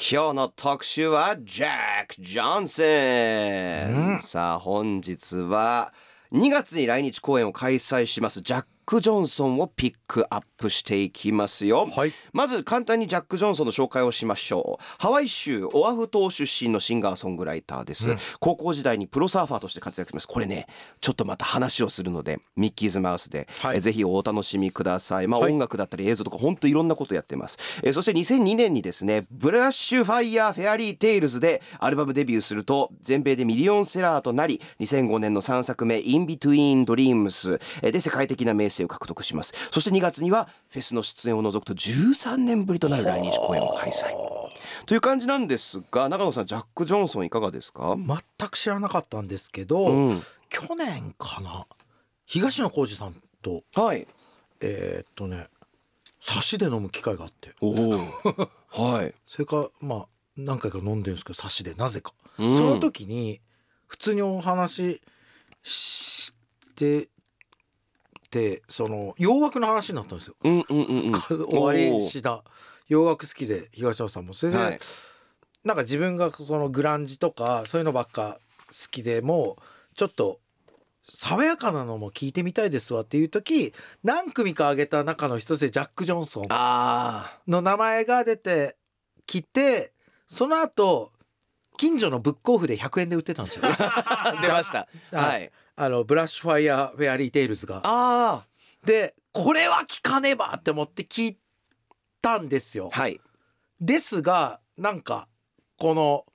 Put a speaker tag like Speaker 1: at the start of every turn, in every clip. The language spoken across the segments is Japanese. Speaker 1: 今日の特集はジャック・ジョンセン、さあ本日は2月に来日公演を開催しますジャック・ジョンソンをピックアップしていきますよ、
Speaker 2: はい
Speaker 1: まず簡単にジャック・ジョンソンの紹介をしましょうハワイ州オアフ島出身のシンガーソングライターです、高校時代にプロサーファーとして活躍しますこれねちょっとまた話をするのでミッキーズマウスで、
Speaker 2: はい
Speaker 1: えぜひお楽しみくださいまあ、
Speaker 2: はい
Speaker 1: 音楽だったり映像とか本当いろんなことやってます、えーそして2002年にですねブラッシュファイヤーフェアリーテイルズでアルバムデビューすると全米でミリオンセラーとなり2005年の3作目「インビトゥインドリームスで世界的な名声を獲得しますそして2月にはフェスの出演を除くと13年ぶりとなる来日公演を開催という感じなんですが長野さんジャック・ジョンソンいかがですか
Speaker 2: 全く知らなかったんですけど、
Speaker 1: うん
Speaker 2: 去年かな東野幸治さんと
Speaker 1: はい
Speaker 2: えーっとね差しで飲む機会があって
Speaker 1: おおはい
Speaker 2: それからまあ何回か飲んでるんですけど差しでなぜか、
Speaker 1: うん
Speaker 2: その時に普通にお話ししててその洋楽の話になったんですよ、
Speaker 1: うんうんうんうん
Speaker 2: 終わりしだ洋楽好きで東野さんもそれで、
Speaker 1: はい
Speaker 2: なんか自分がそのグランジとかそういうのばっか好きでもうちょっと爽やかなのも聞いてみたいですわっていう時何組か挙げた中の一つでジャック・ジョンソン
Speaker 1: ああ
Speaker 2: の名前が出てきてその後近所のブックオフで100円で売ってたん ですよ
Speaker 1: 出ました。はい。
Speaker 2: あのブラッシュファイヤーフェアリーテイルズが。
Speaker 1: あ
Speaker 2: でこれは聞かねばって思って聞いたんですよ。
Speaker 1: はい。
Speaker 2: ですがなんかこの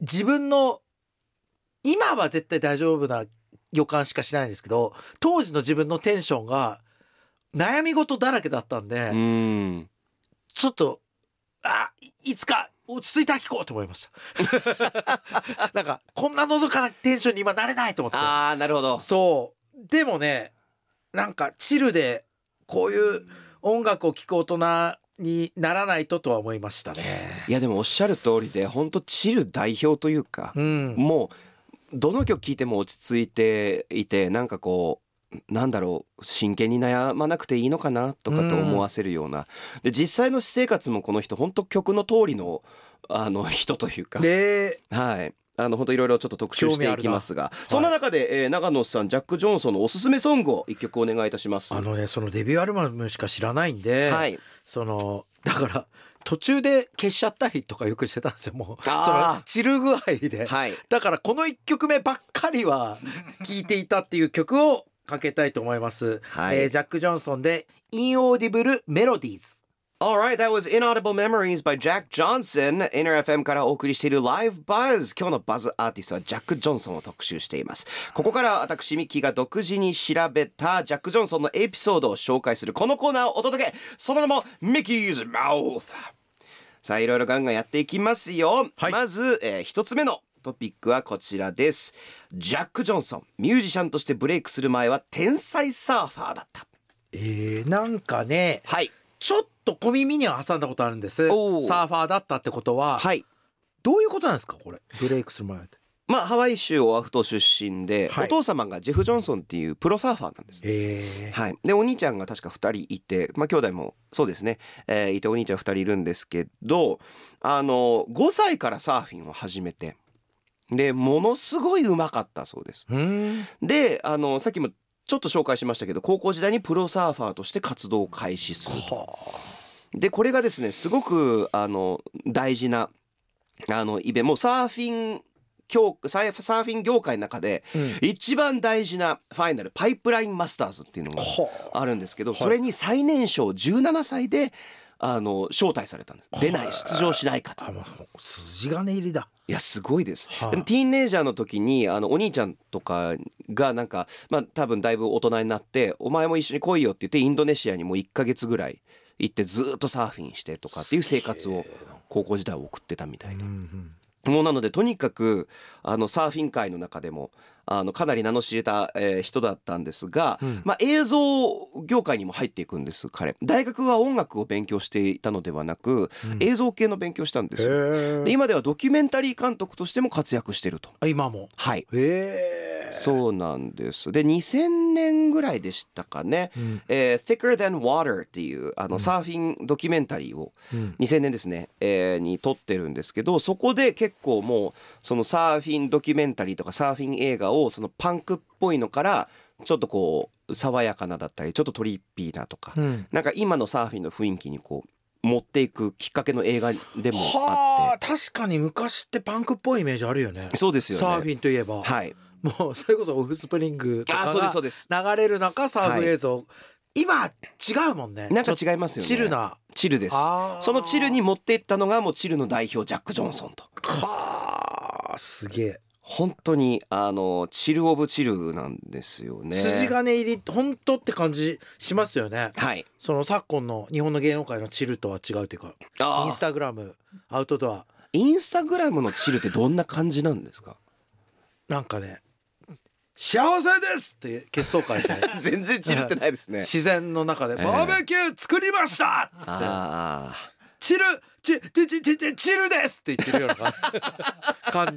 Speaker 2: 自分の今は絶対大丈夫な予感しかしないんですけど当時の自分のテンションが悩み事だらけだったんで、
Speaker 1: ん。
Speaker 2: ちょっとあいつか落ち着いて聞こうと思いましたなんかこんなのどかなテンションに今なれないと思って
Speaker 1: ああ、なるほど。
Speaker 2: そうでもねなんかチルでこういう音楽を聴く大人にならないととは思いましたね。
Speaker 1: いや、でもおっしゃる通りで、本当チル代表というか、
Speaker 2: うん、
Speaker 1: もう、どの曲聴いても落ち着いていて、なんかこう、なんだろう真剣に悩まなくていいのかなとかと思わせるような、で実際の私生活もこの人本当曲の通りのあの人というか
Speaker 2: で
Speaker 1: はい。あの本当いろいろちょっと特集していきますが、そんな中で、えー、長野さんジャック・ジョンソンのおすすめソングを一曲お願いいたします。
Speaker 2: あのねそのデビューアルバムしか知らないんで、
Speaker 1: はい。
Speaker 2: そのだから途中で消しちゃったりとかよくしてたんですよもうそ
Speaker 1: あー
Speaker 2: のチル具合で、
Speaker 1: はい。
Speaker 2: だからこの1曲目ばっかりは聴いていたっていう曲をかけたいと思います、
Speaker 1: はい
Speaker 2: えージャック・ジョンソンで「インオーディブル・メロディーズ」
Speaker 1: All right, that was Inaudible Memories by Jack Johnson. NRFM からお送りしている Live Buzz。今日のバズアーティストはジャック・ジョンソンを特集しています。ここからは私、ミッキーが独自に調べたジャック・ジョンソンのエピソードを紹介するこのコーナーをお届け。その名も、ミッキーズ・マウス。さあ、いろいろガンガンやっていきますよ。
Speaker 2: はい
Speaker 1: まず、えー一つ目のトピックはこちらです。ジャック・ジョンソン、ミュージシャンとしてブレイクする前は天才サーファーだった。
Speaker 2: えー、なんかね
Speaker 1: はい。
Speaker 2: ちょっと小耳には挟んだことあるんですサ
Speaker 1: おー
Speaker 2: ーファーだったってことは、
Speaker 1: はい。
Speaker 2: どういうことなんですかこれブレイクする前って。
Speaker 1: まあ、ハワイ州オアフ島出身で、
Speaker 2: はい
Speaker 1: お父様がジェフ・ジョンソンっていうプロサーファーなんです。
Speaker 2: え
Speaker 1: はい、でお兄ちゃんが確か2人いて、まあ、兄弟もそうですね、えーいてお兄ちゃん2人いるんですけどあの5歳からサーフィンを始めてでものすごいうまかったそうです。
Speaker 2: ー、うん
Speaker 1: であのさっきもちょっと紹介しましたけど高校時代にプロサーファーとして活動を開始するとでこれがですねすごくあの大事なあのイベントもうサーフィン業サーサーフィン業界の中で一番大事なファイナルパイプラインマスターズっていうのが
Speaker 2: は
Speaker 1: あるんですけどそれに最年少17歳であの招待されたんです出ない出場しないかと
Speaker 2: あもう筋金入りだ。
Speaker 1: いやすごいです、
Speaker 2: はい
Speaker 1: でもティーンエイジャーの時にあのお兄ちゃんとかがなんかまあ多分だいぶ大人になって「お前も一緒に来いよ」って言ってインドネシアにもう1ヶ月ぐらい行ってずーっとサーフィンしてとかっていう生活を高校時代を送ってたみたいで、もうなのでとにかくあのサーフィン界の中でもああのかなり名の知れた、えー人だったんですが、
Speaker 2: うん
Speaker 1: まあ、映像業界にも入っていくんです彼大学は音楽を勉強していたのではなく、
Speaker 2: うん
Speaker 1: 映像系の勉強をしたんですよ
Speaker 2: へ
Speaker 1: で
Speaker 2: え
Speaker 1: 今ではドキュメンタリー監督としても活躍してると
Speaker 2: あ今も
Speaker 1: はい
Speaker 2: へえ
Speaker 1: そうなんですで2000年ぐらいでしたかね
Speaker 2: う、ん
Speaker 1: えー Thicker Than Water っていうあのサーフィンドキュメンタリーを
Speaker 2: うん
Speaker 1: 2000年ですね、えーに撮ってるんですけどそこで結構もうそのサーフィンドキュメンタリーとかサーフィン映画をそのパンクっぽいのからちょっとこう爽やかなだったりちょっとトリッピーなとか、
Speaker 2: うん
Speaker 1: なんか今のサーフィンの雰囲気にこう持っていくきっかけの映画でもあ
Speaker 2: は
Speaker 1: っ
Speaker 2: あ確かに昔ってパンクっぽいイメージあるよね
Speaker 1: てそうですよね
Speaker 2: サーフィンといえば、
Speaker 1: はい
Speaker 2: もうそれこそオフスプリングと
Speaker 1: あー
Speaker 2: か
Speaker 1: そうですそう
Speaker 2: が
Speaker 1: です
Speaker 2: 流れる中サーフ映像、今違うもんね
Speaker 1: なんか
Speaker 2: ちょっ
Speaker 1: 違います
Speaker 2: と
Speaker 1: よね
Speaker 2: チルな
Speaker 1: チルです
Speaker 2: あー
Speaker 1: そのチルに持っていったのがもうチルの代表ジャック・ジョンソンと
Speaker 2: はあすげえ、
Speaker 1: 本当にあのチル・オブ・チルなんですよね
Speaker 2: 筋金入り本当って感じしますよね
Speaker 1: はい
Speaker 2: その昨今の日本の芸能界のチルとは違うというかイン
Speaker 1: あ
Speaker 2: ス
Speaker 1: ー
Speaker 2: タグラムアウトドア
Speaker 1: インスタグラムのチルってどんな感じなんですか
Speaker 2: なんかね幸せですっていう結束 感で
Speaker 1: 全然チルってないですね
Speaker 2: 自然の中で
Speaker 1: ええ
Speaker 2: バーベキュー作りましたっつって
Speaker 1: あ
Speaker 2: チルチチチチチチルですって言ってるような感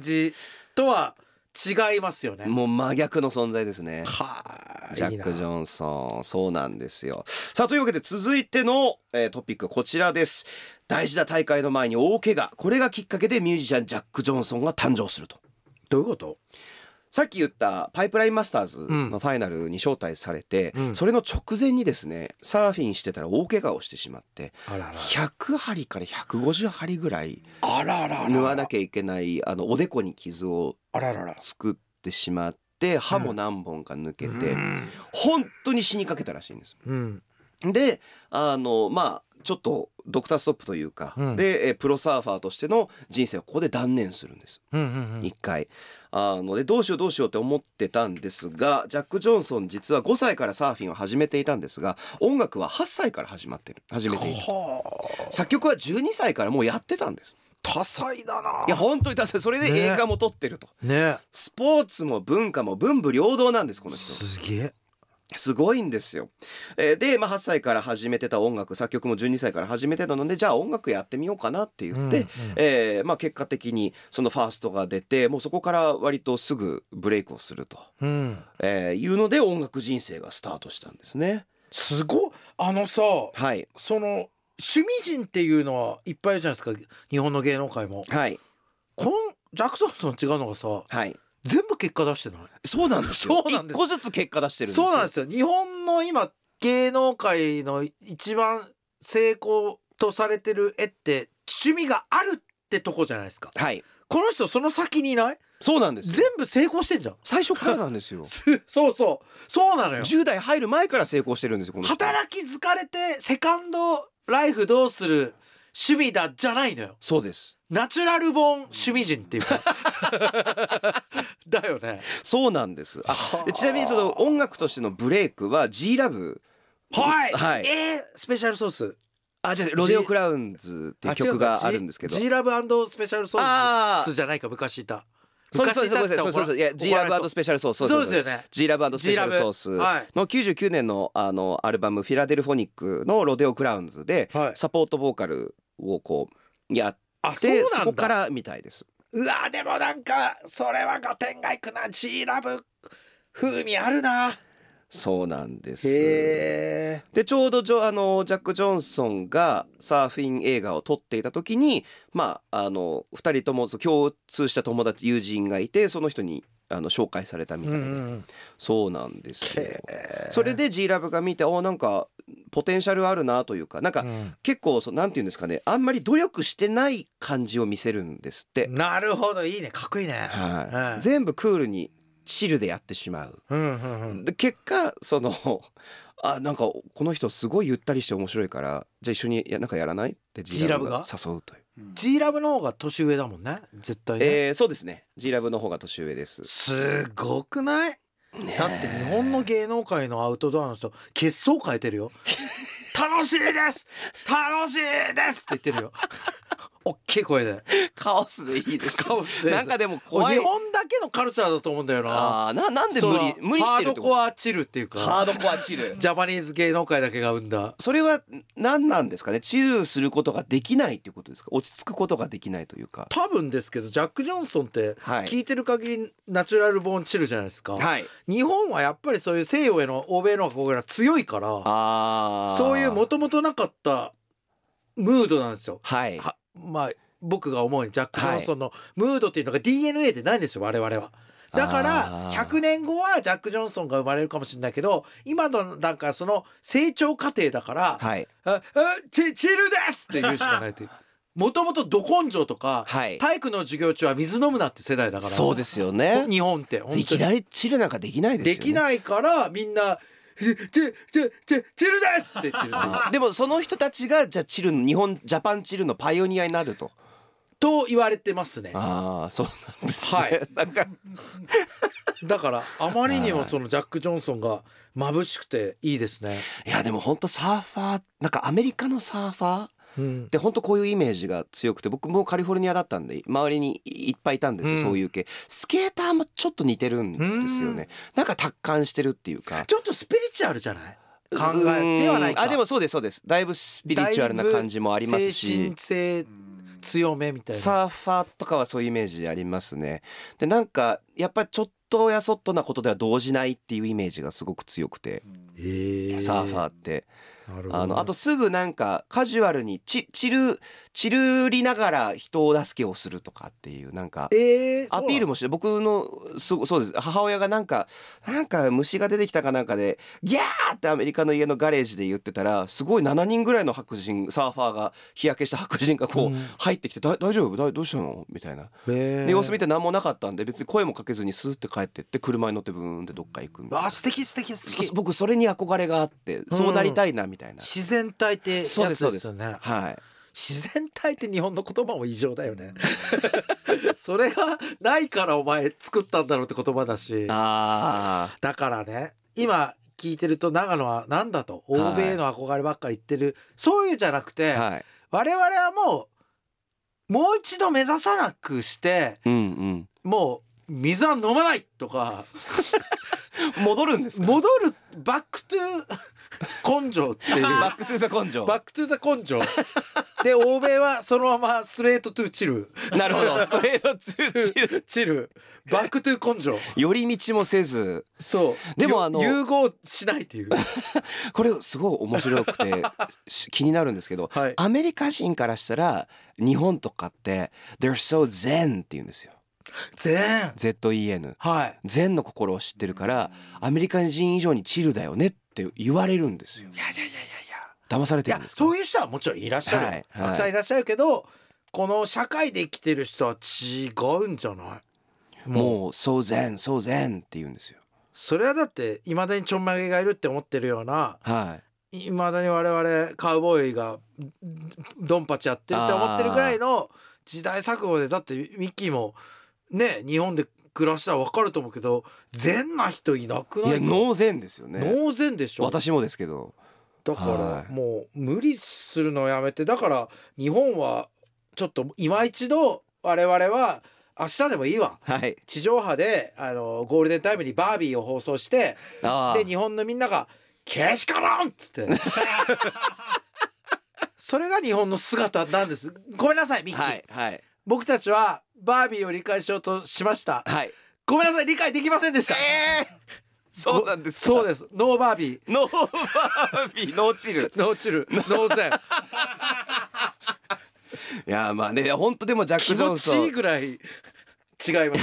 Speaker 2: じ感じとは違いますよね
Speaker 1: あ。もう真逆の存在ですね
Speaker 2: はあ
Speaker 1: ジャック・
Speaker 2: いい
Speaker 1: ジ
Speaker 2: な
Speaker 1: ョンソンそうなんですよさあというわけで続いての、えートピックこちらです大事な大会の前に大怪我これがきっかけでミュージシャンジャック・ジョンソンが誕生すると
Speaker 2: どういうこと？
Speaker 1: さっき言ったパイプラインマスターズ
Speaker 2: ん
Speaker 1: のファイナルに招待されて、
Speaker 2: うん
Speaker 1: それの直前にですねサーフィンしてたら大怪我をしてしまって
Speaker 2: あらら
Speaker 1: 100針から150針ぐらい
Speaker 2: あらら
Speaker 1: 縫わなきゃいけないあのおでこに傷を
Speaker 2: あららら。
Speaker 1: 作ってしまって歯も何本か抜けて、
Speaker 2: うん
Speaker 1: 本当に死にかけたらしいんです。
Speaker 2: うん
Speaker 1: であのまあちょっとドクターストップというか、
Speaker 2: うん
Speaker 1: でえープロサーファーとしての人生をここで断念するんです。
Speaker 2: うんうん
Speaker 1: 一回あのでどうしようどうしようって思ってたんですがジャック・ジョンソン実は5歳からサーフィンを始めていたんですが音楽は8歳から始まってる始めている
Speaker 2: はあ
Speaker 1: 作曲は12歳からもうやってたんです
Speaker 2: 多彩だない
Speaker 1: や本当にだってそれで
Speaker 2: ね
Speaker 1: 映画も撮ってると、
Speaker 2: ね
Speaker 1: スポーツも文化も文武両道なんですこの人
Speaker 2: すげえ
Speaker 1: すごいんですよ。えーで、まあ、8歳から始めてた音楽作曲も12歳から始めてたのでじゃあ音楽やってみようかなって言って、
Speaker 2: うんうん
Speaker 1: えーまあ、結果的にそのファーストが出てもうそこから割とすぐブレイクをすると、
Speaker 2: うん
Speaker 1: えーいうので音楽人生がスタートしたんですね。
Speaker 2: すごっあのさ
Speaker 1: はい、
Speaker 2: その趣味人っていうのはいっぱいいるじゃないですか日本の芸能界も
Speaker 1: はい、
Speaker 2: このジャックソンソン違うのがさ
Speaker 1: はい
Speaker 2: 全部結果出してない
Speaker 1: そうなんですよ
Speaker 2: そうなんです
Speaker 1: 一個ずつ結果出してるんですよ
Speaker 2: そうなんですよ日本の今芸能界の一番成功とされてる絵って趣味があるってとこじゃないですか
Speaker 1: はい
Speaker 2: この人その先にいない
Speaker 1: そうなんです
Speaker 2: 全
Speaker 1: よ
Speaker 2: 部成功してんじゃん
Speaker 1: 最初からなんですよ
Speaker 2: す そうそうそうなのよ
Speaker 1: 10代入る前から成功してるんですよこの人
Speaker 2: 働き疲れてセカンドライフどうする趣味だじゃないのよ
Speaker 1: そうです
Speaker 2: ナチュラルボーン趣味人っていうかだよね
Speaker 1: そうなんですあ
Speaker 2: はあ
Speaker 1: でちなみにその音楽としてのブレイクは G ラブ
Speaker 2: はい、
Speaker 1: はい
Speaker 2: えースペシャルソース
Speaker 1: あじゃロデオクラウンズっていう曲があるんですけど
Speaker 2: G ラブスペシャルソースじゃないか昔いた。
Speaker 1: そうですそうですそうですそうですそうですいや G ラブス
Speaker 2: ペ
Speaker 1: ペシャルソース
Speaker 2: シャルソース。そうですよね。
Speaker 1: G ラブスペシャルソース
Speaker 2: G ラブはい
Speaker 1: の99年のあのアルバム「フィラデルフォニック」の「ロデオクラウンズ」で
Speaker 2: はい
Speaker 1: サポートボーカルをこうやっ
Speaker 2: あそうなん
Speaker 1: て
Speaker 2: だ
Speaker 1: そこからみたいです。
Speaker 2: うわでもなんかそれは合点がいくな G ラブ風味あるな。
Speaker 1: そうなんです
Speaker 2: へえ。
Speaker 1: でちょうどジョあのジャック・ジョンソンがサーフィン映画を撮っていた時に、まあ、あの2人ともそう共通した友達友人がいてその人にあの紹介されたみ
Speaker 2: う
Speaker 1: た
Speaker 2: ん
Speaker 1: いで、
Speaker 2: うん
Speaker 1: そうなんですよ
Speaker 2: へえ
Speaker 1: それで G ラブが見ておなんかポテンシャルあるなというかなんか、
Speaker 2: うん
Speaker 1: 結構そうなんていうんですかねあんまり努力してない感じを見せるんですって、
Speaker 2: なるほどいいねかっこいいね。
Speaker 1: はい
Speaker 2: うん
Speaker 1: 全部クールにチルでやってしまう
Speaker 2: うんうんうん。
Speaker 1: で結果その あなんかこの人すごいゆったりして面白いからじゃあ一緒にやなんかやらないって
Speaker 2: G ラブが
Speaker 1: 誘うという、
Speaker 2: G ラブの方が年上だもんね絶対ね。
Speaker 1: えーそうですね G ラブの方が年上です
Speaker 2: すごくない
Speaker 1: ねえ
Speaker 2: だって日本の芸能界のアウトドアの人結相変えて るよ 楽しいです楽しいですって言ってるよおっきい声で
Speaker 1: カオスでいいです
Speaker 2: カオスです
Speaker 1: なんかでも怖
Speaker 2: 日
Speaker 1: い
Speaker 2: 本だけのカルチャーだと思うんだよ
Speaker 1: あ
Speaker 2: な
Speaker 1: ーななんで無理
Speaker 2: その
Speaker 1: 無理してるってこと
Speaker 2: ハードコアチルっていう
Speaker 1: ハ
Speaker 2: か
Speaker 1: ードコアチル
Speaker 2: ジャパニーズ芸能界だけが生んだ
Speaker 1: それは何なんですかねチルすることができないっていうことですか落ち着くことができないというか
Speaker 2: 多分ですけどジャック・ジョンソンって
Speaker 1: はい
Speaker 2: 聞いてる限りナチュラルボーンチルじゃないですか、
Speaker 1: はい
Speaker 2: 日本はやっぱりそういう西洋への欧米の憧れが強いから
Speaker 1: あー
Speaker 2: そういうもともとなかったムードなんですよ。
Speaker 1: はい
Speaker 2: はまあ僕が思うにジャック・ジョンソンのムードっていうのが DNA でないんですよ我々は。だから
Speaker 1: あー
Speaker 2: 100年後はジャック・ジョンソンが生まれるかもしれないけど今のなんかその成長過程だから
Speaker 1: はい
Speaker 2: 「ああチチルです!」って言うしかな いっていう。もともとど根性とか、
Speaker 1: はい
Speaker 2: 体育の授業中は水飲むなって世代だから
Speaker 1: そうですよね
Speaker 2: 日本って本当に
Speaker 1: いきなりチルなんかできないですよ
Speaker 2: で
Speaker 1: ね
Speaker 2: きないからみんな「チチチチチルです!」って言ってる
Speaker 1: あーでもその人たちがじゃあチルの日本ジャパンチルのパイオニアになると
Speaker 2: と言われてますね
Speaker 1: ああそうなんですね、
Speaker 2: はい
Speaker 1: なんか
Speaker 2: だからあまりにもそのジャック・ジョンソンが眩しくていいですね、
Speaker 1: いやでも本当サーファーなんかアメリカのサーファー
Speaker 2: うん
Speaker 1: で本当こういうイメージが強くて僕もカリフォルニアだったんで周りにいっぱいいたんですよ、
Speaker 2: うん
Speaker 1: そういう系スケーターもちょっと似てるんですよねなんか達観してるっていうか
Speaker 2: ちょっとスピリチュアルじゃない考えではないか
Speaker 1: うんあでもそうですそうですだいぶスピリチュアルな感じもありますし
Speaker 2: だいぶ精神性強めみたいな
Speaker 1: サーファーとかはそういうイメージありますね。でなんかやっぱりちょっとやそっとなことでは動じないっていうイメージがすごく強くて、
Speaker 2: えー
Speaker 1: サーファーって
Speaker 2: なるほど
Speaker 1: あのあとすぐなんかカジュアルにち散る散るりながら人を助けをするとかっていうなんか
Speaker 2: えー、
Speaker 1: アピール
Speaker 2: も
Speaker 1: もして僕のそうそうです母親がなんかなんか虫が出てきたかなんかでギャーってアメリカの家のガレージで言ってたらすごい7人ぐらいの白人サーファーが日焼けした白人がこう
Speaker 2: うん
Speaker 1: 入ってきて「だ大丈夫だどうしたの?」みたいな。
Speaker 2: えー
Speaker 1: で様子見て何もなかったんで別に声もかけずにスーって帰ってって車に乗ってブーンってどっか行くみたいな
Speaker 2: あ素敵素敵素
Speaker 1: そ
Speaker 2: 敵
Speaker 1: 僕それに憧れがあってそうなりたいなみたいな。
Speaker 2: 自然体ってやつ
Speaker 1: そう
Speaker 2: で
Speaker 1: ですそうです
Speaker 2: すよね
Speaker 1: はい、
Speaker 2: 自然体って日本の言葉も異常だよね それがないからお前作ったんだろうって言葉だし
Speaker 1: あ
Speaker 2: だからね今聞いてると長野はなんだと
Speaker 1: はい
Speaker 2: 欧米への憧ればっかり言ってる、そういうじゃなくて、
Speaker 1: あ、はい、
Speaker 2: 我々はもうもう一度目指さなくして
Speaker 1: うんうん、
Speaker 2: もう水は飲まないとか
Speaker 1: 戻るんですか。
Speaker 2: 戻るバックトゥ根性っていう
Speaker 1: バックトゥーザ根性。
Speaker 2: バックトゥザ根性で欧米はそのままストレートトゥチル
Speaker 1: なるほ ど、ストレートツーチル。
Speaker 2: チルバックトゥ根性
Speaker 1: 寄り道もせず、
Speaker 2: そう
Speaker 1: でも
Speaker 2: ゆ
Speaker 1: あの
Speaker 2: 融合しないっていう
Speaker 1: これすごい面白くてし気になるんですけど、
Speaker 2: はい
Speaker 1: アメリカ人からしたら日本とかって「they're so zen」って言うんですよ
Speaker 2: 全
Speaker 1: ZEN
Speaker 2: はい
Speaker 1: 禅の心を知ってるからアメリカ人以上にチルだよねって言われるんですよ
Speaker 2: いやいやいやいやいや
Speaker 1: 騙され
Speaker 2: い
Speaker 1: てる
Speaker 2: や
Speaker 1: んですか
Speaker 2: そういう人はもちろんいらっしゃるよ、
Speaker 1: はいはい
Speaker 2: たくさんいらっしゃるけどこの社会で生きてる人は違うんじゃないもう
Speaker 1: もう「そう禅そう禅」って言うんですよ
Speaker 2: それはだっていまだにちょんまげがいるって思ってるような
Speaker 1: はい
Speaker 2: まだに我々カウボーイがんドンパチやってるって思ってるぐらいの時代錯誤でだってミッキーもね日本で暮らしたら分かると思うけど善な人いなく
Speaker 1: いい
Speaker 2: ない
Speaker 1: やノー禅ですよね
Speaker 2: 脳善でしょ
Speaker 1: 私もですけど
Speaker 2: だから、
Speaker 1: はい
Speaker 2: もう無理するのをやめてだから日本はちょっと今一度我々は明日でもいいわ
Speaker 1: はい
Speaker 2: 地上波であのゴールデンタイムにバービーを放送して
Speaker 1: あ
Speaker 2: で日本のみんなが「けしからん!」っつって それが日本の姿なんですごめんなさいミッ
Speaker 1: あ
Speaker 2: キー、
Speaker 1: はいはい
Speaker 2: 僕たちはバービーを理解しようとしました
Speaker 1: はい
Speaker 2: ごめんなさい理解できませんでした、
Speaker 1: そうなんですか
Speaker 2: そうですノーバービー
Speaker 1: ノーバービーノーチル
Speaker 2: ノー チルノーゼン
Speaker 1: いやまあね本当でもジャッ
Speaker 2: 気
Speaker 1: ク・ジョ
Speaker 2: 持
Speaker 1: ン
Speaker 2: ち
Speaker 1: ソ
Speaker 2: いい
Speaker 1: ン
Speaker 2: ぐらい違いますねはい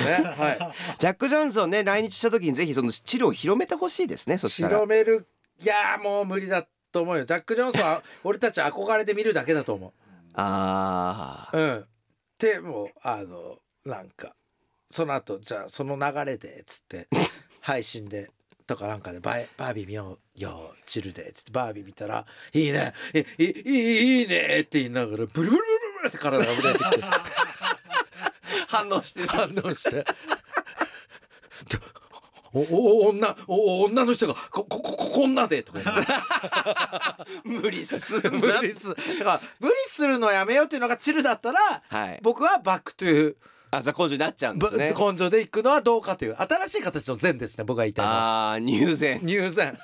Speaker 1: ジャック・ジョンソンね来日した時にぜひそのチルを広めてほしいですねそしたら
Speaker 2: 白めるいやーもう無理だと思うよジャック・ジョンソンは俺たち憧れて見るだけだと思
Speaker 1: あ
Speaker 2: ううんでもうあのなんかその後じゃあその流れでつって配信でとかなんかでバイバービー見ようよチルでつってバービー見たら「いいねえいいいいいいね」って言いながらブルブルブルブルって体がぶれてきて
Speaker 1: 反応してる
Speaker 2: 反応して。おおお女お女の人がこここここんなでとか言う
Speaker 1: 無理す
Speaker 2: 無理っすだから無理するのやめようっていうのがチルだったら
Speaker 1: はい。
Speaker 2: 僕はバックトゥ
Speaker 1: あ、ザ・根性になっちゃうんですね。
Speaker 2: ー、根性で行くのはどうかという新しい形の善ですね僕が言いたいのは
Speaker 1: ああ、入善。
Speaker 2: 入善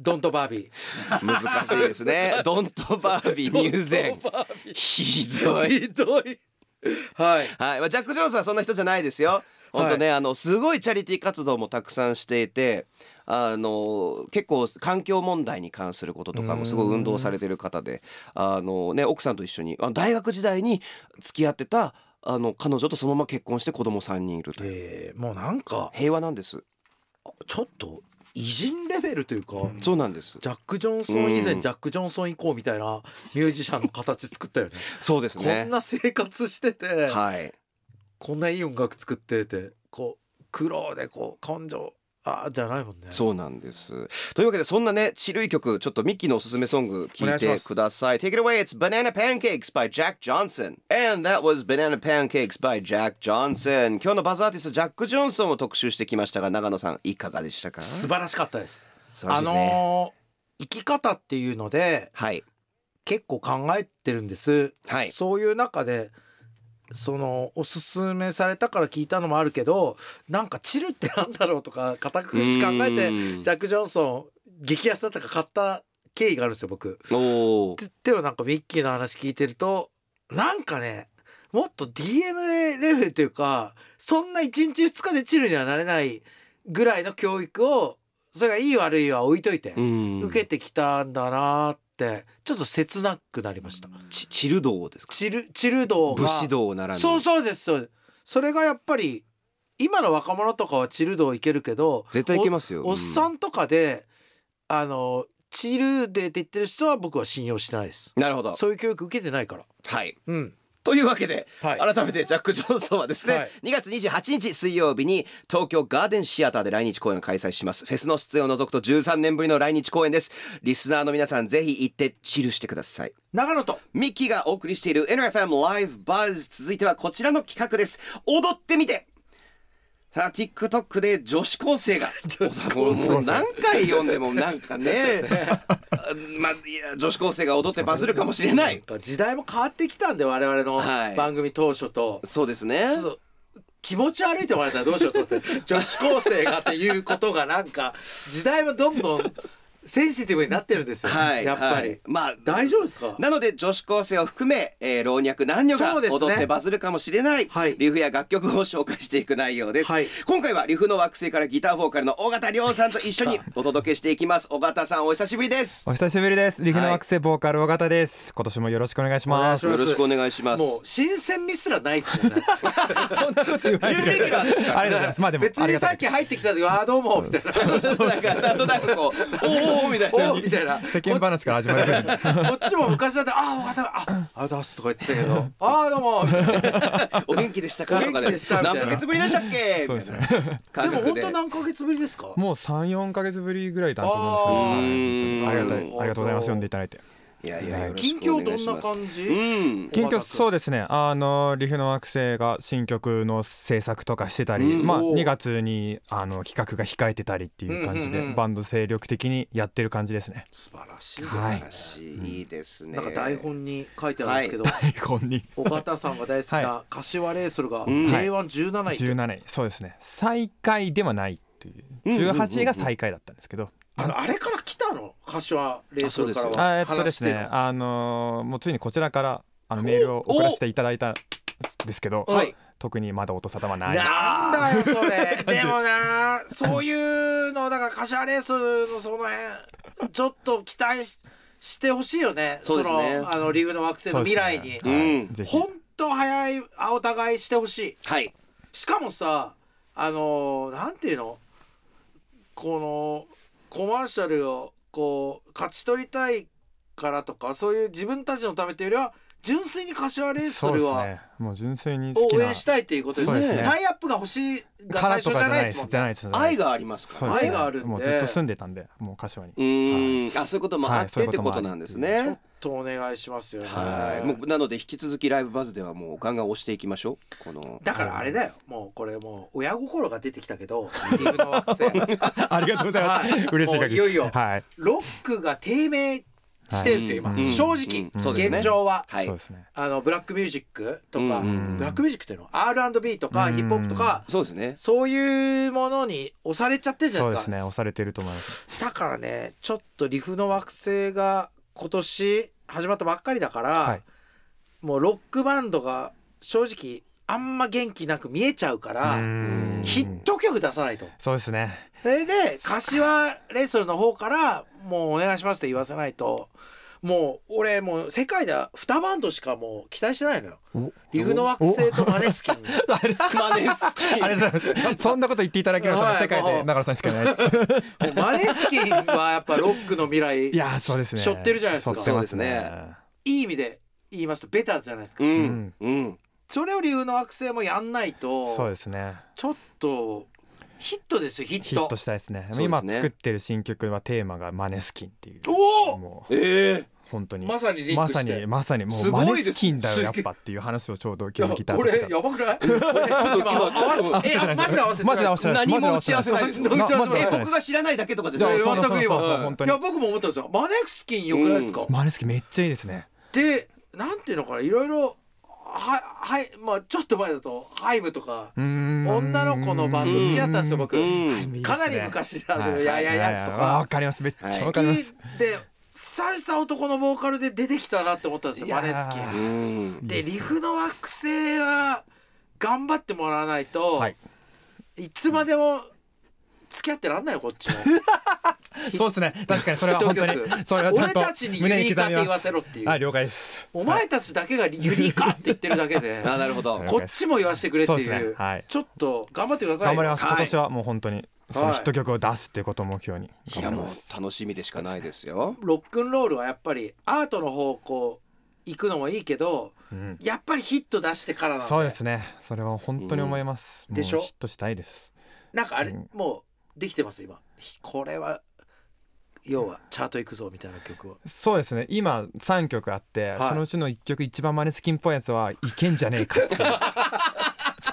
Speaker 2: ドントバービ
Speaker 1: 難しいですね。 ドンとバービ
Speaker 2: ー
Speaker 1: ー入善。
Speaker 2: ドントバービ
Speaker 1: ひど
Speaker 2: ー
Speaker 1: い。
Speaker 2: ひどいはい
Speaker 1: はい。まあ、ジャック・ジョンソンはそんな人じゃないですよ。本当ね、あの、すごいチャリティー活動もたくさんしていて、あの、結構環境問題に関することとかもすごい運動されてる方で、あのね、奥さんと一緒に、あの大学時代に付き合ってた、あの、彼女とそのまま結婚して子供3人いるという。
Speaker 2: えーもうなんか
Speaker 1: 平和なんです。
Speaker 2: ちょっと偉人レベルというか、
Speaker 1: そうなんです。
Speaker 2: ジャック・ジョンソン以前、
Speaker 1: うん
Speaker 2: ジャック・ジョンソン以降みたいなミュージシャンの形作ったよね
Speaker 1: そうです
Speaker 2: こ
Speaker 1: ね
Speaker 2: ん。な生活してて、
Speaker 1: はい。
Speaker 2: こんないい音楽作っててこう苦労でこう根性あーじゃないもんね
Speaker 1: そうなんです。というわけでそんなね、ちるい曲、ちょっとミッキーのおすすめソング聞いてください。Take it away, it's Banana Pancakes by Jack Johnson. And that was Banana Pancakes by Jack Johnson. 今日のバズアーティスト、ジャック・ジョンソンを特集してきましたが、長野さん、いかがでしたか
Speaker 2: 素晴らしかったです
Speaker 1: 素晴ら
Speaker 2: あ
Speaker 1: しいですね。
Speaker 2: のー生き方っていうので
Speaker 1: はい。
Speaker 2: 結構考えてるんです、
Speaker 1: はい
Speaker 2: そういう中でそのおすすめされたから聞いたのもあるけどなんかチルってなんだろうとか堅苦しく考えて
Speaker 1: うん
Speaker 2: ジャック・ジョンソン激安だったか買った経緯があるんですよ僕。
Speaker 1: おー
Speaker 2: ででもなんかミッキーの話聞いてるとなんかねもっと DNA レベルというかそんな1日2日でチルにはなれないぐらいの教育をそれがいい悪いは置いといて、
Speaker 1: うん
Speaker 2: 受けてきたんだなーってちょっと切なくなりました。
Speaker 1: ちチル道ですか
Speaker 2: チルチル道が
Speaker 1: 武士道ならぬ。
Speaker 2: そうそうですそうですそれがやっぱり今の若者とかはチル道いけるけど
Speaker 1: 絶対いけますよ。
Speaker 2: おおっさ
Speaker 1: うん
Speaker 2: とかで、あのチルでって言ってる人は僕は信用してないです。
Speaker 1: なるほど。
Speaker 2: そういう教育受けてないから。
Speaker 1: はい。
Speaker 2: うん。
Speaker 1: というわけで、
Speaker 2: はい
Speaker 1: 改めてジャック・ジ ョンソンはですね、
Speaker 2: はい
Speaker 1: 2月28日水曜日に東京ガーデンシアターで来日公演を開催しますフェスの出演を除くと13年ぶりの来日公演ですリスナーの皆さんぜひ行ってチルしてください
Speaker 2: 長野と
Speaker 1: ミッキーがお送りしている NFM ライブバズ続いてはこちらの企画です踊ってみてさあ TikTok で女子高生が
Speaker 2: 女子高生
Speaker 1: もう何回読んでもなんか ねまあいや女子高生が踊ってバズるかもしれな
Speaker 2: なん
Speaker 1: い
Speaker 2: か時代も変わってきたんで我々の
Speaker 1: はい
Speaker 2: 番組当初と、
Speaker 1: そうですね
Speaker 2: ちょっと気持ち悪いと思われたらどうしようと思って 女子高生がっていうことがなんか時代もどんどんセンシティブになってるんですよ、
Speaker 1: はい、
Speaker 2: やっぱり、
Speaker 1: はいまあ
Speaker 2: 大丈夫ですか
Speaker 1: なので女子高生を含め、えー老若男女が
Speaker 2: そうですね
Speaker 1: 踊ってバズるかもしれない、
Speaker 2: はい
Speaker 1: リフや楽曲を紹介していく内容です、
Speaker 2: はい
Speaker 1: 今回はリフの惑星からギターボーカルの尾形亮さんと一緒にお届けしていきます尾形さんお久しぶりです
Speaker 3: お久しぶりです。陸の惑星ボーカル尾形です。今年もよろしくお願いします。
Speaker 2: お
Speaker 1: よ
Speaker 2: 願い
Speaker 1: ろしくお願いします
Speaker 2: もう新鮮味すらないですよね
Speaker 3: そんなこと言わないでください。
Speaker 1: 準レギュラーですか
Speaker 3: ありがとうござい ます。まあでも
Speaker 2: 別
Speaker 3: あり
Speaker 2: に
Speaker 3: がた
Speaker 2: さっ
Speaker 3: い。
Speaker 2: き入ってきた時はあーどうもみたいな
Speaker 1: なんかなんとなくこうおーおーみたいな
Speaker 2: おうみたいな
Speaker 3: 世間話から始まる分に。
Speaker 2: こっちも昔だって「ああ分かったああありがとうございます」とか言ってたけ ど「ああどうも」みたいな
Speaker 1: お元気でしたか
Speaker 2: お元気でした
Speaker 1: とかね何
Speaker 2: みたいな
Speaker 1: ヶ月ぶりでしたっけ
Speaker 3: そう
Speaker 1: み
Speaker 3: で
Speaker 1: たい
Speaker 3: すね
Speaker 1: な
Speaker 2: で
Speaker 1: 感
Speaker 2: も
Speaker 1: 覚
Speaker 2: 本
Speaker 1: で
Speaker 2: 当何ヶ月ぶりですか
Speaker 3: もう三四ヶ月ぶりぐらいだと
Speaker 2: あ
Speaker 3: 思うんです
Speaker 1: ー
Speaker 3: よ。はいありがたい。ありがとうござい
Speaker 2: なる
Speaker 3: ます。
Speaker 2: ほど
Speaker 3: 呼んでいただいて。
Speaker 1: いやいやよろし
Speaker 2: 近
Speaker 1: くお
Speaker 2: 況
Speaker 1: 願いし
Speaker 2: どん
Speaker 1: ま
Speaker 2: な
Speaker 1: す
Speaker 2: 感じ、
Speaker 1: うん
Speaker 3: 近況そう
Speaker 2: で
Speaker 3: ですねあのリフの惑星が新曲の制作とかしてたり、
Speaker 1: うん
Speaker 3: まあ、
Speaker 2: おー
Speaker 3: 2月にあの企画が控えてたりっていう感じで、
Speaker 2: うんうんうん
Speaker 3: バンド精力的にやってる感じです ね。
Speaker 2: 素晴らしい
Speaker 1: 素
Speaker 2: ですね、
Speaker 1: 晴らしい、いいですね
Speaker 2: なんか台本に書いてあるんですけど、
Speaker 3: こんに
Speaker 2: 岡田さんが大好きな柏レイソルが J117 位と、
Speaker 3: 17位そうですね最下位ではないという
Speaker 1: うんうんうんうん
Speaker 3: 18位が最下位だったんですけど、
Speaker 2: あのあれから来たの柏レイソルか
Speaker 1: あそ
Speaker 2: ら
Speaker 1: うですよ
Speaker 3: あ
Speaker 2: は
Speaker 3: えっとで
Speaker 2: 話し
Speaker 3: す
Speaker 2: て
Speaker 3: ね
Speaker 2: るの
Speaker 3: あのーもうついにこちらからあのメールを送らせていただいたんですけど、
Speaker 1: はい
Speaker 3: 特にまだ音沙汰はない
Speaker 2: なんだ よそれでもなそういうのだから柏レイソルのその辺ちょっと期待ししてほしいよね
Speaker 1: そうですね
Speaker 2: のあのリフの惑星の未来に、
Speaker 3: そうですねはい
Speaker 1: うん
Speaker 3: ぜひ
Speaker 2: ほんと早いあお互いしてほしい
Speaker 1: はい
Speaker 2: しかもさあのーなんていうのこのコマーシャルをこう勝ち取りたいからとかそういう自分たちのためというよりは純粋に柏レイソ
Speaker 3: そうで
Speaker 2: ル
Speaker 3: す
Speaker 2: は
Speaker 3: ねもう純粋に好き
Speaker 2: 応
Speaker 3: な
Speaker 2: 援したいっていうことですね
Speaker 1: そうですね
Speaker 2: タイアップが欲しいが最
Speaker 3: から
Speaker 2: 初じ
Speaker 3: とかじ
Speaker 2: ゃ
Speaker 3: ゃ
Speaker 2: な
Speaker 3: な
Speaker 2: い
Speaker 3: い
Speaker 2: で
Speaker 3: です
Speaker 2: も
Speaker 3: す
Speaker 2: ん
Speaker 3: じゃない
Speaker 2: ね
Speaker 3: ですじゃない
Speaker 1: 愛
Speaker 3: です
Speaker 1: がありますか
Speaker 3: そう
Speaker 1: ら
Speaker 3: ですね
Speaker 2: 愛があるんで
Speaker 3: もうずっと住んでたんでもう柏に
Speaker 1: うーん、あ、そういうこともあっ
Speaker 3: は
Speaker 1: て
Speaker 3: い
Speaker 1: ってことなんです
Speaker 3: そういう
Speaker 2: ちょ
Speaker 1: ね
Speaker 2: っ。とお願いしますよね
Speaker 1: はい、もうなので引き続きライブバズではもうガンガン押していきましょう。この。
Speaker 2: だからあれだよもうこれもう親心が出てきたけどリーグの惑星
Speaker 3: ありがとうございます
Speaker 2: はい
Speaker 3: 嬉しい
Speaker 2: もう
Speaker 3: 限りです
Speaker 2: いよいよ
Speaker 3: はい
Speaker 2: ロックが低迷してるんですよ、
Speaker 3: はい
Speaker 2: 今、
Speaker 3: うん
Speaker 2: 正直、
Speaker 3: うんそうです
Speaker 1: ね
Speaker 2: 現状は、
Speaker 1: はい
Speaker 3: そうですね
Speaker 2: あのブラックミュージックとか、
Speaker 1: うん
Speaker 3: うん
Speaker 2: ブラックミュージックっていうのは R&B とか、
Speaker 3: うん
Speaker 2: ヒップホップとか、
Speaker 1: そうですね
Speaker 2: そういうものに押されちゃってるじゃない
Speaker 3: そ
Speaker 2: うで
Speaker 3: ですす
Speaker 2: か
Speaker 3: ね押されてると思います
Speaker 2: だからねちょっとリフの惑星が今年始まったばっかりだから、
Speaker 3: はい
Speaker 2: もうロックバンドが正直あんま元気なく見えちゃうから
Speaker 3: うん
Speaker 2: ヒット曲出さないと
Speaker 3: そうですね
Speaker 2: それで柏レイソルの方からもうお願いしますって言わせないともう俺もう世界では2バンドしかもう期待してないのよ
Speaker 3: お
Speaker 2: リフの惑星とマネスキン
Speaker 1: マネスキン
Speaker 3: ありがとうございま す そんなこと言っていただけると
Speaker 2: はい
Speaker 3: 世界で永野さんしかいない
Speaker 2: もうマネスキンはやっぱロックの未来
Speaker 3: いやーそうですね
Speaker 2: しょってるじゃないですか
Speaker 3: 背負ってます
Speaker 1: そうで
Speaker 3: ね
Speaker 2: いい意味で言いますとベターじゃないですか、
Speaker 1: うんうん
Speaker 2: それを理由の惑星もやんない
Speaker 3: そう
Speaker 2: と
Speaker 3: ですね
Speaker 2: ちょっとヒットですよヒッ
Speaker 3: ヒ
Speaker 2: ト
Speaker 3: ットしたいですね
Speaker 1: そうですね
Speaker 3: 今作ってる新曲はテーマがマネスキンっていう
Speaker 2: おお
Speaker 3: もう
Speaker 1: え
Speaker 3: 本当に
Speaker 2: まさにリン
Speaker 3: ま
Speaker 2: ク
Speaker 3: さ
Speaker 2: し
Speaker 3: に
Speaker 2: て
Speaker 3: まさにも
Speaker 2: す
Speaker 3: う
Speaker 2: ごい
Speaker 3: マ
Speaker 2: です
Speaker 3: ネスキンだよやっ
Speaker 2: すげ
Speaker 3: ぱっていう話をちょうど
Speaker 2: いや
Speaker 3: 今日ギター
Speaker 2: これやばくないこ れちょっと今合わせえあマジで合わせてない
Speaker 3: マジで合わせてない
Speaker 1: 何も打ち合わせないです
Speaker 3: マジで合わせない
Speaker 1: え
Speaker 3: です
Speaker 1: 僕が知らないだけとかで
Speaker 3: じゃあ
Speaker 2: い
Speaker 1: ね
Speaker 2: や
Speaker 3: そうそうそう
Speaker 2: 全く今
Speaker 3: そう本当
Speaker 2: い
Speaker 3: に
Speaker 2: や僕も思ったんですよマネスキンよくないですか、
Speaker 3: マネスキンめっちゃいいですね
Speaker 2: でなんていうのかないろいろははいまあちょっと前だとハイムとか
Speaker 3: うーん
Speaker 2: 女の子のバンド好きだったんですよ僕
Speaker 1: うん
Speaker 2: かなり昔だあのやややつと
Speaker 3: わ
Speaker 2: か
Speaker 3: かりますめっち
Speaker 1: はい
Speaker 3: ゃわ
Speaker 2: 好
Speaker 3: か
Speaker 2: き
Speaker 3: ります
Speaker 2: で久々男のボーカルで出てきたなって思ったんですよ
Speaker 3: いや
Speaker 2: マ
Speaker 3: ー
Speaker 2: ネスキン
Speaker 1: うん
Speaker 2: でリフの惑星は頑張ってもらわないと、
Speaker 3: はいい、
Speaker 2: つまでも付き合ってらんないよこっちも
Speaker 3: そうですね 確かにそれは本当に
Speaker 2: ヒット曲
Speaker 3: それはちゃんと
Speaker 2: 俺たちにユ
Speaker 3: 胸
Speaker 2: ニーカって言
Speaker 3: 刻みま
Speaker 2: わ
Speaker 3: す
Speaker 2: せろっていう、
Speaker 3: はい了解です
Speaker 2: お前たちだけがユリカって言ってるだけで
Speaker 1: あなるほど
Speaker 3: はい
Speaker 2: こっちも言わせてくれってい
Speaker 3: そうです
Speaker 2: う
Speaker 3: ねはい
Speaker 2: ちょっと頑張ってください
Speaker 3: 頑張ります
Speaker 2: はい
Speaker 3: 今年はもう本当にそのヒット曲を出すっていうことを目標に
Speaker 1: いや
Speaker 3: 頑張り
Speaker 1: も
Speaker 3: ます
Speaker 1: う楽しみでしかないですよ
Speaker 2: ロックンロールはやっぱりアートの方向行くのもいいけど
Speaker 3: うん
Speaker 2: やっぱりヒット出してからなんで
Speaker 3: そうですねそれは本当に思います
Speaker 2: んでしょ
Speaker 3: もうヒットしたいです
Speaker 2: なんかあれ、
Speaker 3: うん
Speaker 2: もうできてます今ひこれは要はチャート行くぞみたいな曲を
Speaker 3: そうですね今3曲あって、
Speaker 2: はい
Speaker 3: そのうちの1曲一番マネスキンっぽいやつはいけんじゃね えかっていうちょっ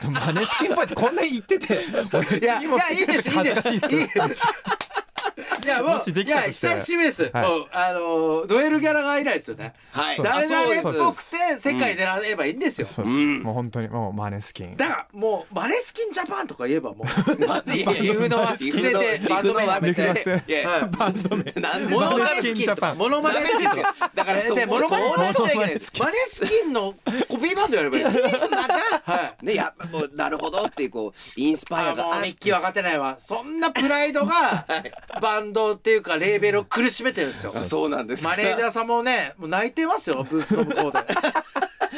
Speaker 3: とマネスキンっぽいってこんなに言ってて俺
Speaker 2: いや、い
Speaker 3: 次持っ
Speaker 2: や、
Speaker 3: て
Speaker 2: いい
Speaker 3: く
Speaker 2: で
Speaker 3: る
Speaker 2: す、
Speaker 3: と
Speaker 2: いい
Speaker 3: 恥
Speaker 2: で
Speaker 3: ずか
Speaker 2: す。
Speaker 3: し
Speaker 2: い
Speaker 3: い
Speaker 2: い
Speaker 3: です
Speaker 2: ですいや、も
Speaker 3: も
Speaker 2: う、
Speaker 3: し
Speaker 2: い
Speaker 3: できた
Speaker 2: や、
Speaker 3: としたら
Speaker 2: 久しぶりです。
Speaker 3: はい
Speaker 2: もう、あのー、ノエルギャラが以来ですよね。
Speaker 1: はい
Speaker 3: そう
Speaker 1: あ
Speaker 2: 誰
Speaker 1: そう
Speaker 2: 々
Speaker 1: で
Speaker 2: っ
Speaker 1: す
Speaker 2: ぽくて、世界狙えばいいんですよ。
Speaker 3: そうそう
Speaker 1: うん
Speaker 3: もう本当にもうマネスキン
Speaker 2: だから、もう、マネスキンジャパンとか言えば、も
Speaker 1: まあ
Speaker 2: う、
Speaker 1: い
Speaker 2: 理
Speaker 1: やいや
Speaker 2: 由の惑星で、バンド名は
Speaker 3: リ
Speaker 2: 別
Speaker 3: フ
Speaker 2: に
Speaker 3: の惑。星
Speaker 1: いやいや
Speaker 2: バ
Speaker 1: ンド名なんで
Speaker 2: モ
Speaker 1: そ
Speaker 2: ノ
Speaker 1: んな
Speaker 2: マネスキンと
Speaker 3: マネスキンジャパ
Speaker 2: か、
Speaker 3: ン
Speaker 2: モノマネスキン
Speaker 1: ダメですよだからそこ
Speaker 2: で、モノマネ
Speaker 1: そうなっちゃいけないです
Speaker 2: マネスキンのコピーバンドやればいい。はい。
Speaker 1: ねやっぱもうなるほどっていうこうインスパイ
Speaker 2: あ
Speaker 1: アが
Speaker 2: も
Speaker 1: あ
Speaker 2: う
Speaker 1: る
Speaker 2: ミッキー分かってないわそんなプライ ドがバンドっていうかレーベルを苦しめてるんですよ
Speaker 1: あそうなんですか
Speaker 2: マネージャーさんもねもう泣いてますよブースの向こ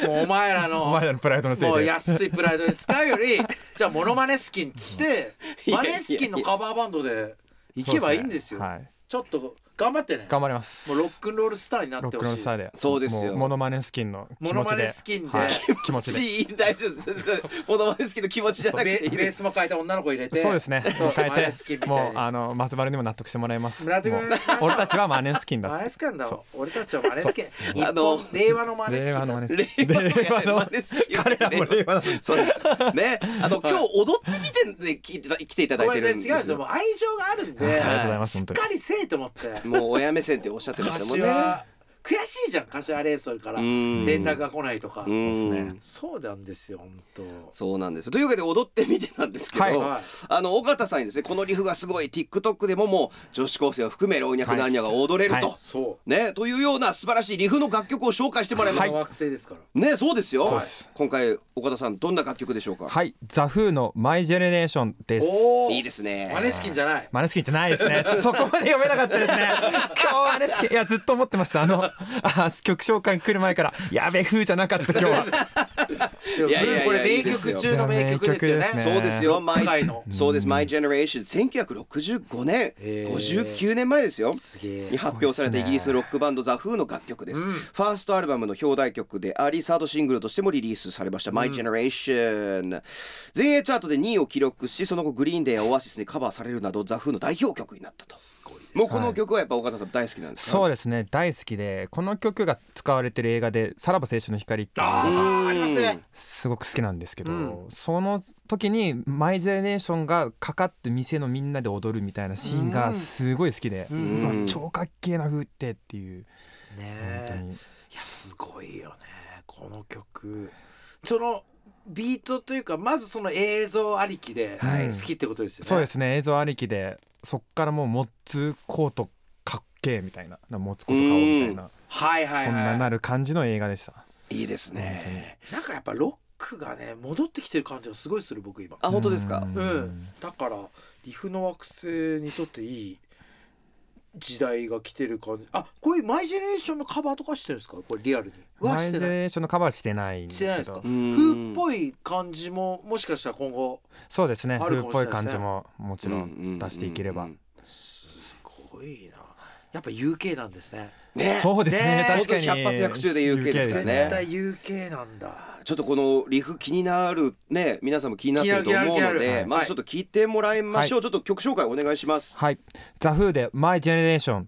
Speaker 2: う でもうお前ら
Speaker 3: お
Speaker 2: の
Speaker 3: 前らのプライドのせいで
Speaker 2: もう安いプライドで使うよ りじゃあモノマネスキンっつって
Speaker 1: いや
Speaker 2: マネスキンのカバーバンドで行けばいいんですよ
Speaker 3: そうねはい
Speaker 2: ちょっと頑張ってね
Speaker 3: 頑張ります
Speaker 2: もうロックンロールスターにな
Speaker 3: ロ
Speaker 2: って
Speaker 3: ック
Speaker 2: ほ
Speaker 3: ロ
Speaker 2: しい
Speaker 3: ールスターで
Speaker 1: そうですよ
Speaker 3: もモノマネスキンの気
Speaker 2: モノ
Speaker 3: 持
Speaker 2: マ
Speaker 3: ち
Speaker 2: ネ
Speaker 3: で
Speaker 2: スキンで
Speaker 3: はい気持ち で
Speaker 1: いい大丈夫ですものまね好きの気持ちじゃなくてい
Speaker 2: ベ
Speaker 1: い
Speaker 2: ベ
Speaker 1: で
Speaker 2: ー
Speaker 1: す
Speaker 2: スも変えて女の子入れて
Speaker 3: そうですね
Speaker 2: そう
Speaker 3: 変
Speaker 2: マネスキン
Speaker 3: え
Speaker 2: みたい
Speaker 3: て
Speaker 2: に
Speaker 3: もうあの松原にも納得してもらいますも
Speaker 2: 村田
Speaker 3: う
Speaker 2: 君
Speaker 3: 俺たちはマネスキンだ
Speaker 2: マ
Speaker 3: って
Speaker 2: ネスキンだわ俺たちはマネスキン日
Speaker 1: あの
Speaker 2: 本令和のマネスキン
Speaker 3: 令和のマネスキン
Speaker 1: 令和のマネ好き
Speaker 3: 彼らも令和なんです
Speaker 1: そうですねあの今日踊ってみてね聞いてた来ていただい
Speaker 2: こ
Speaker 1: て
Speaker 2: れ
Speaker 1: る
Speaker 2: ね
Speaker 1: ん
Speaker 2: 違う
Speaker 1: で
Speaker 2: んですすよもう愛情があるん
Speaker 3: あり
Speaker 2: で
Speaker 3: がとうございます
Speaker 2: しっ
Speaker 3: 本当に
Speaker 2: かりせえと思って
Speaker 1: もう親目線っておっしゃってましたもんね
Speaker 2: 柏悔しいじゃん柏レーソルから
Speaker 1: うん
Speaker 2: 連絡が来ないとか
Speaker 1: うん
Speaker 2: そうなんですよ本当
Speaker 1: そうなんですよというわけで踊ってみてなんですけど、
Speaker 3: はい
Speaker 2: はい
Speaker 1: あの尾形さんにですねこのリフがすごい TikTok でももう女子高生を含め老若男女が踊れると、
Speaker 3: はい
Speaker 2: そう
Speaker 1: ねというような素晴らしいリフの楽曲を紹介してもらいます、
Speaker 2: この惑星ですから
Speaker 1: ねそうですよ
Speaker 3: そうです
Speaker 1: 今回岡田さんどんな楽曲でしょうか、
Speaker 3: はいザフーのマイジェネレーションです
Speaker 2: おお
Speaker 1: いいですね
Speaker 2: マネスキンじゃない
Speaker 3: マネスキンじゃないで すね。ちょっとそこまで読めなかったですね。今日マネスキン、いや、ずっと思ってました。あの、あ曲紹介来る前から、やべ、風じゃなかった、今日は。
Speaker 2: でも
Speaker 1: いやいやいや
Speaker 2: これ
Speaker 1: い
Speaker 2: 名
Speaker 1: いです
Speaker 2: 曲
Speaker 1: よ
Speaker 2: 中の名曲ですよね
Speaker 3: いや名曲ですね
Speaker 1: そうですよ、マ
Speaker 2: 世界
Speaker 1: イ
Speaker 2: の、
Speaker 1: そうです、マイジェネレーション、1965年、
Speaker 2: へー
Speaker 1: 59年前ですよ。
Speaker 2: すげえ
Speaker 1: に発表されたイギリスロックバンドザ・フーの楽曲です、
Speaker 2: うん
Speaker 1: ファーストアルバムの表題曲でありサードシングルとしてもリリースされました「My Generation」全英チャートで2位を記録しその後グリーンデーやオアシスにカバーされるなどザ・フーの代表曲になったと
Speaker 2: すごい
Speaker 1: もうこの曲はやっぱ岡田さん大好きなんですか
Speaker 3: そうですね、大好きで、この曲が使われてる映画で、さらば青春の光っていうの
Speaker 2: あ
Speaker 3: が
Speaker 2: ーありますね
Speaker 3: すごく好きなんですけど、
Speaker 2: う
Speaker 3: その時にマイジェネレーションがかかって店のみんなで踊るみたいなシーンがすごい好きで、
Speaker 2: う
Speaker 1: うん
Speaker 2: ん
Speaker 3: うわ超かっけえな風ってっていう本当
Speaker 2: ね
Speaker 3: に
Speaker 2: いやすごいよねこの曲そのビートというかまずその映像ありきで
Speaker 3: はい
Speaker 2: 好きってことですよね、
Speaker 3: そうですね映像ありきでそっからもう持つコートかっけえみたいなな持つコート買おうみたいな
Speaker 2: はいはい
Speaker 3: そん
Speaker 2: は
Speaker 3: ないなる感じの映画でした
Speaker 1: いいです
Speaker 3: 本当に
Speaker 1: ね
Speaker 2: なんかやっぱロックがね戻ってきてる感じがすごいする僕今
Speaker 1: あ本当ですか
Speaker 3: うん
Speaker 2: うんだからリフの惑星にとっていい時代が来てる感じあこういうマイジェネレーションのカバーとかしてるんですかこれリアルには
Speaker 3: マイ
Speaker 2: して
Speaker 3: ジェ
Speaker 2: ない
Speaker 3: ネレーションのカバーしてないんです
Speaker 2: してないで
Speaker 3: け
Speaker 2: す
Speaker 3: ど
Speaker 2: か
Speaker 1: 風
Speaker 2: 風っぽい感じももしかしたら今後
Speaker 3: そうですね
Speaker 2: ある
Speaker 3: 風
Speaker 2: か
Speaker 3: っ
Speaker 2: もしれない
Speaker 3: ぽい感
Speaker 2: ですね
Speaker 3: じももちろ
Speaker 1: うんうんうんうん
Speaker 3: ん出していければ
Speaker 2: すごいなやっぱ UK なんですね
Speaker 1: ね
Speaker 3: そうです
Speaker 2: ね
Speaker 3: ね確かに
Speaker 1: 本当に百発百中で UK ですね
Speaker 2: 絶対 UK なんだ
Speaker 1: ちょっとこのリフ気になるね皆さんも気になってると思う
Speaker 2: 気にな
Speaker 1: の
Speaker 2: る気にな
Speaker 1: で
Speaker 2: る
Speaker 1: まずちょっと聞いてもらいましょうちょっと曲紹介お願いします
Speaker 3: はい。ザ・フーで My Generation